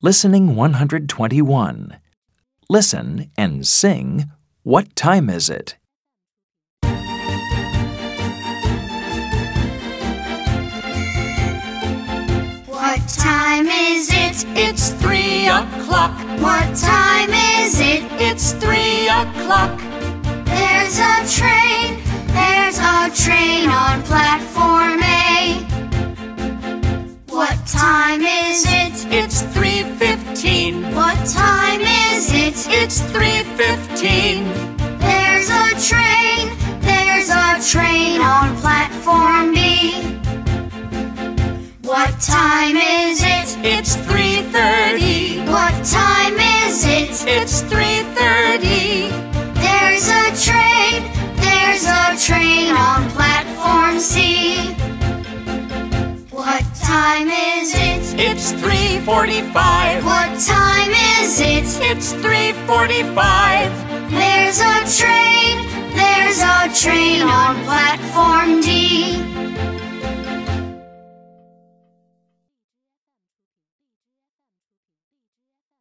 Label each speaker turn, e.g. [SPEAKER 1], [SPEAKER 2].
[SPEAKER 1] Listening 121. Listen and sing What Time Is It?
[SPEAKER 2] What time is it?
[SPEAKER 3] It's three o'clock.
[SPEAKER 2] What time is it?
[SPEAKER 3] It's three o'clock.
[SPEAKER 2] There's a train. There's a train on platform A. What time is it?
[SPEAKER 3] It's three fifteen.
[SPEAKER 2] What time is it?
[SPEAKER 3] It's three fifteen.
[SPEAKER 2] There's a train. There's a train on platform B. What time is it?
[SPEAKER 3] It's three thirty.
[SPEAKER 2] What time is it?
[SPEAKER 3] It's three thirty.
[SPEAKER 2] There's a train, there's a train on platform C. What time is it?
[SPEAKER 3] It's three forty-five.
[SPEAKER 2] What time is it?
[SPEAKER 3] It's three forty-five.
[SPEAKER 2] There's a train, there's a train on platform D.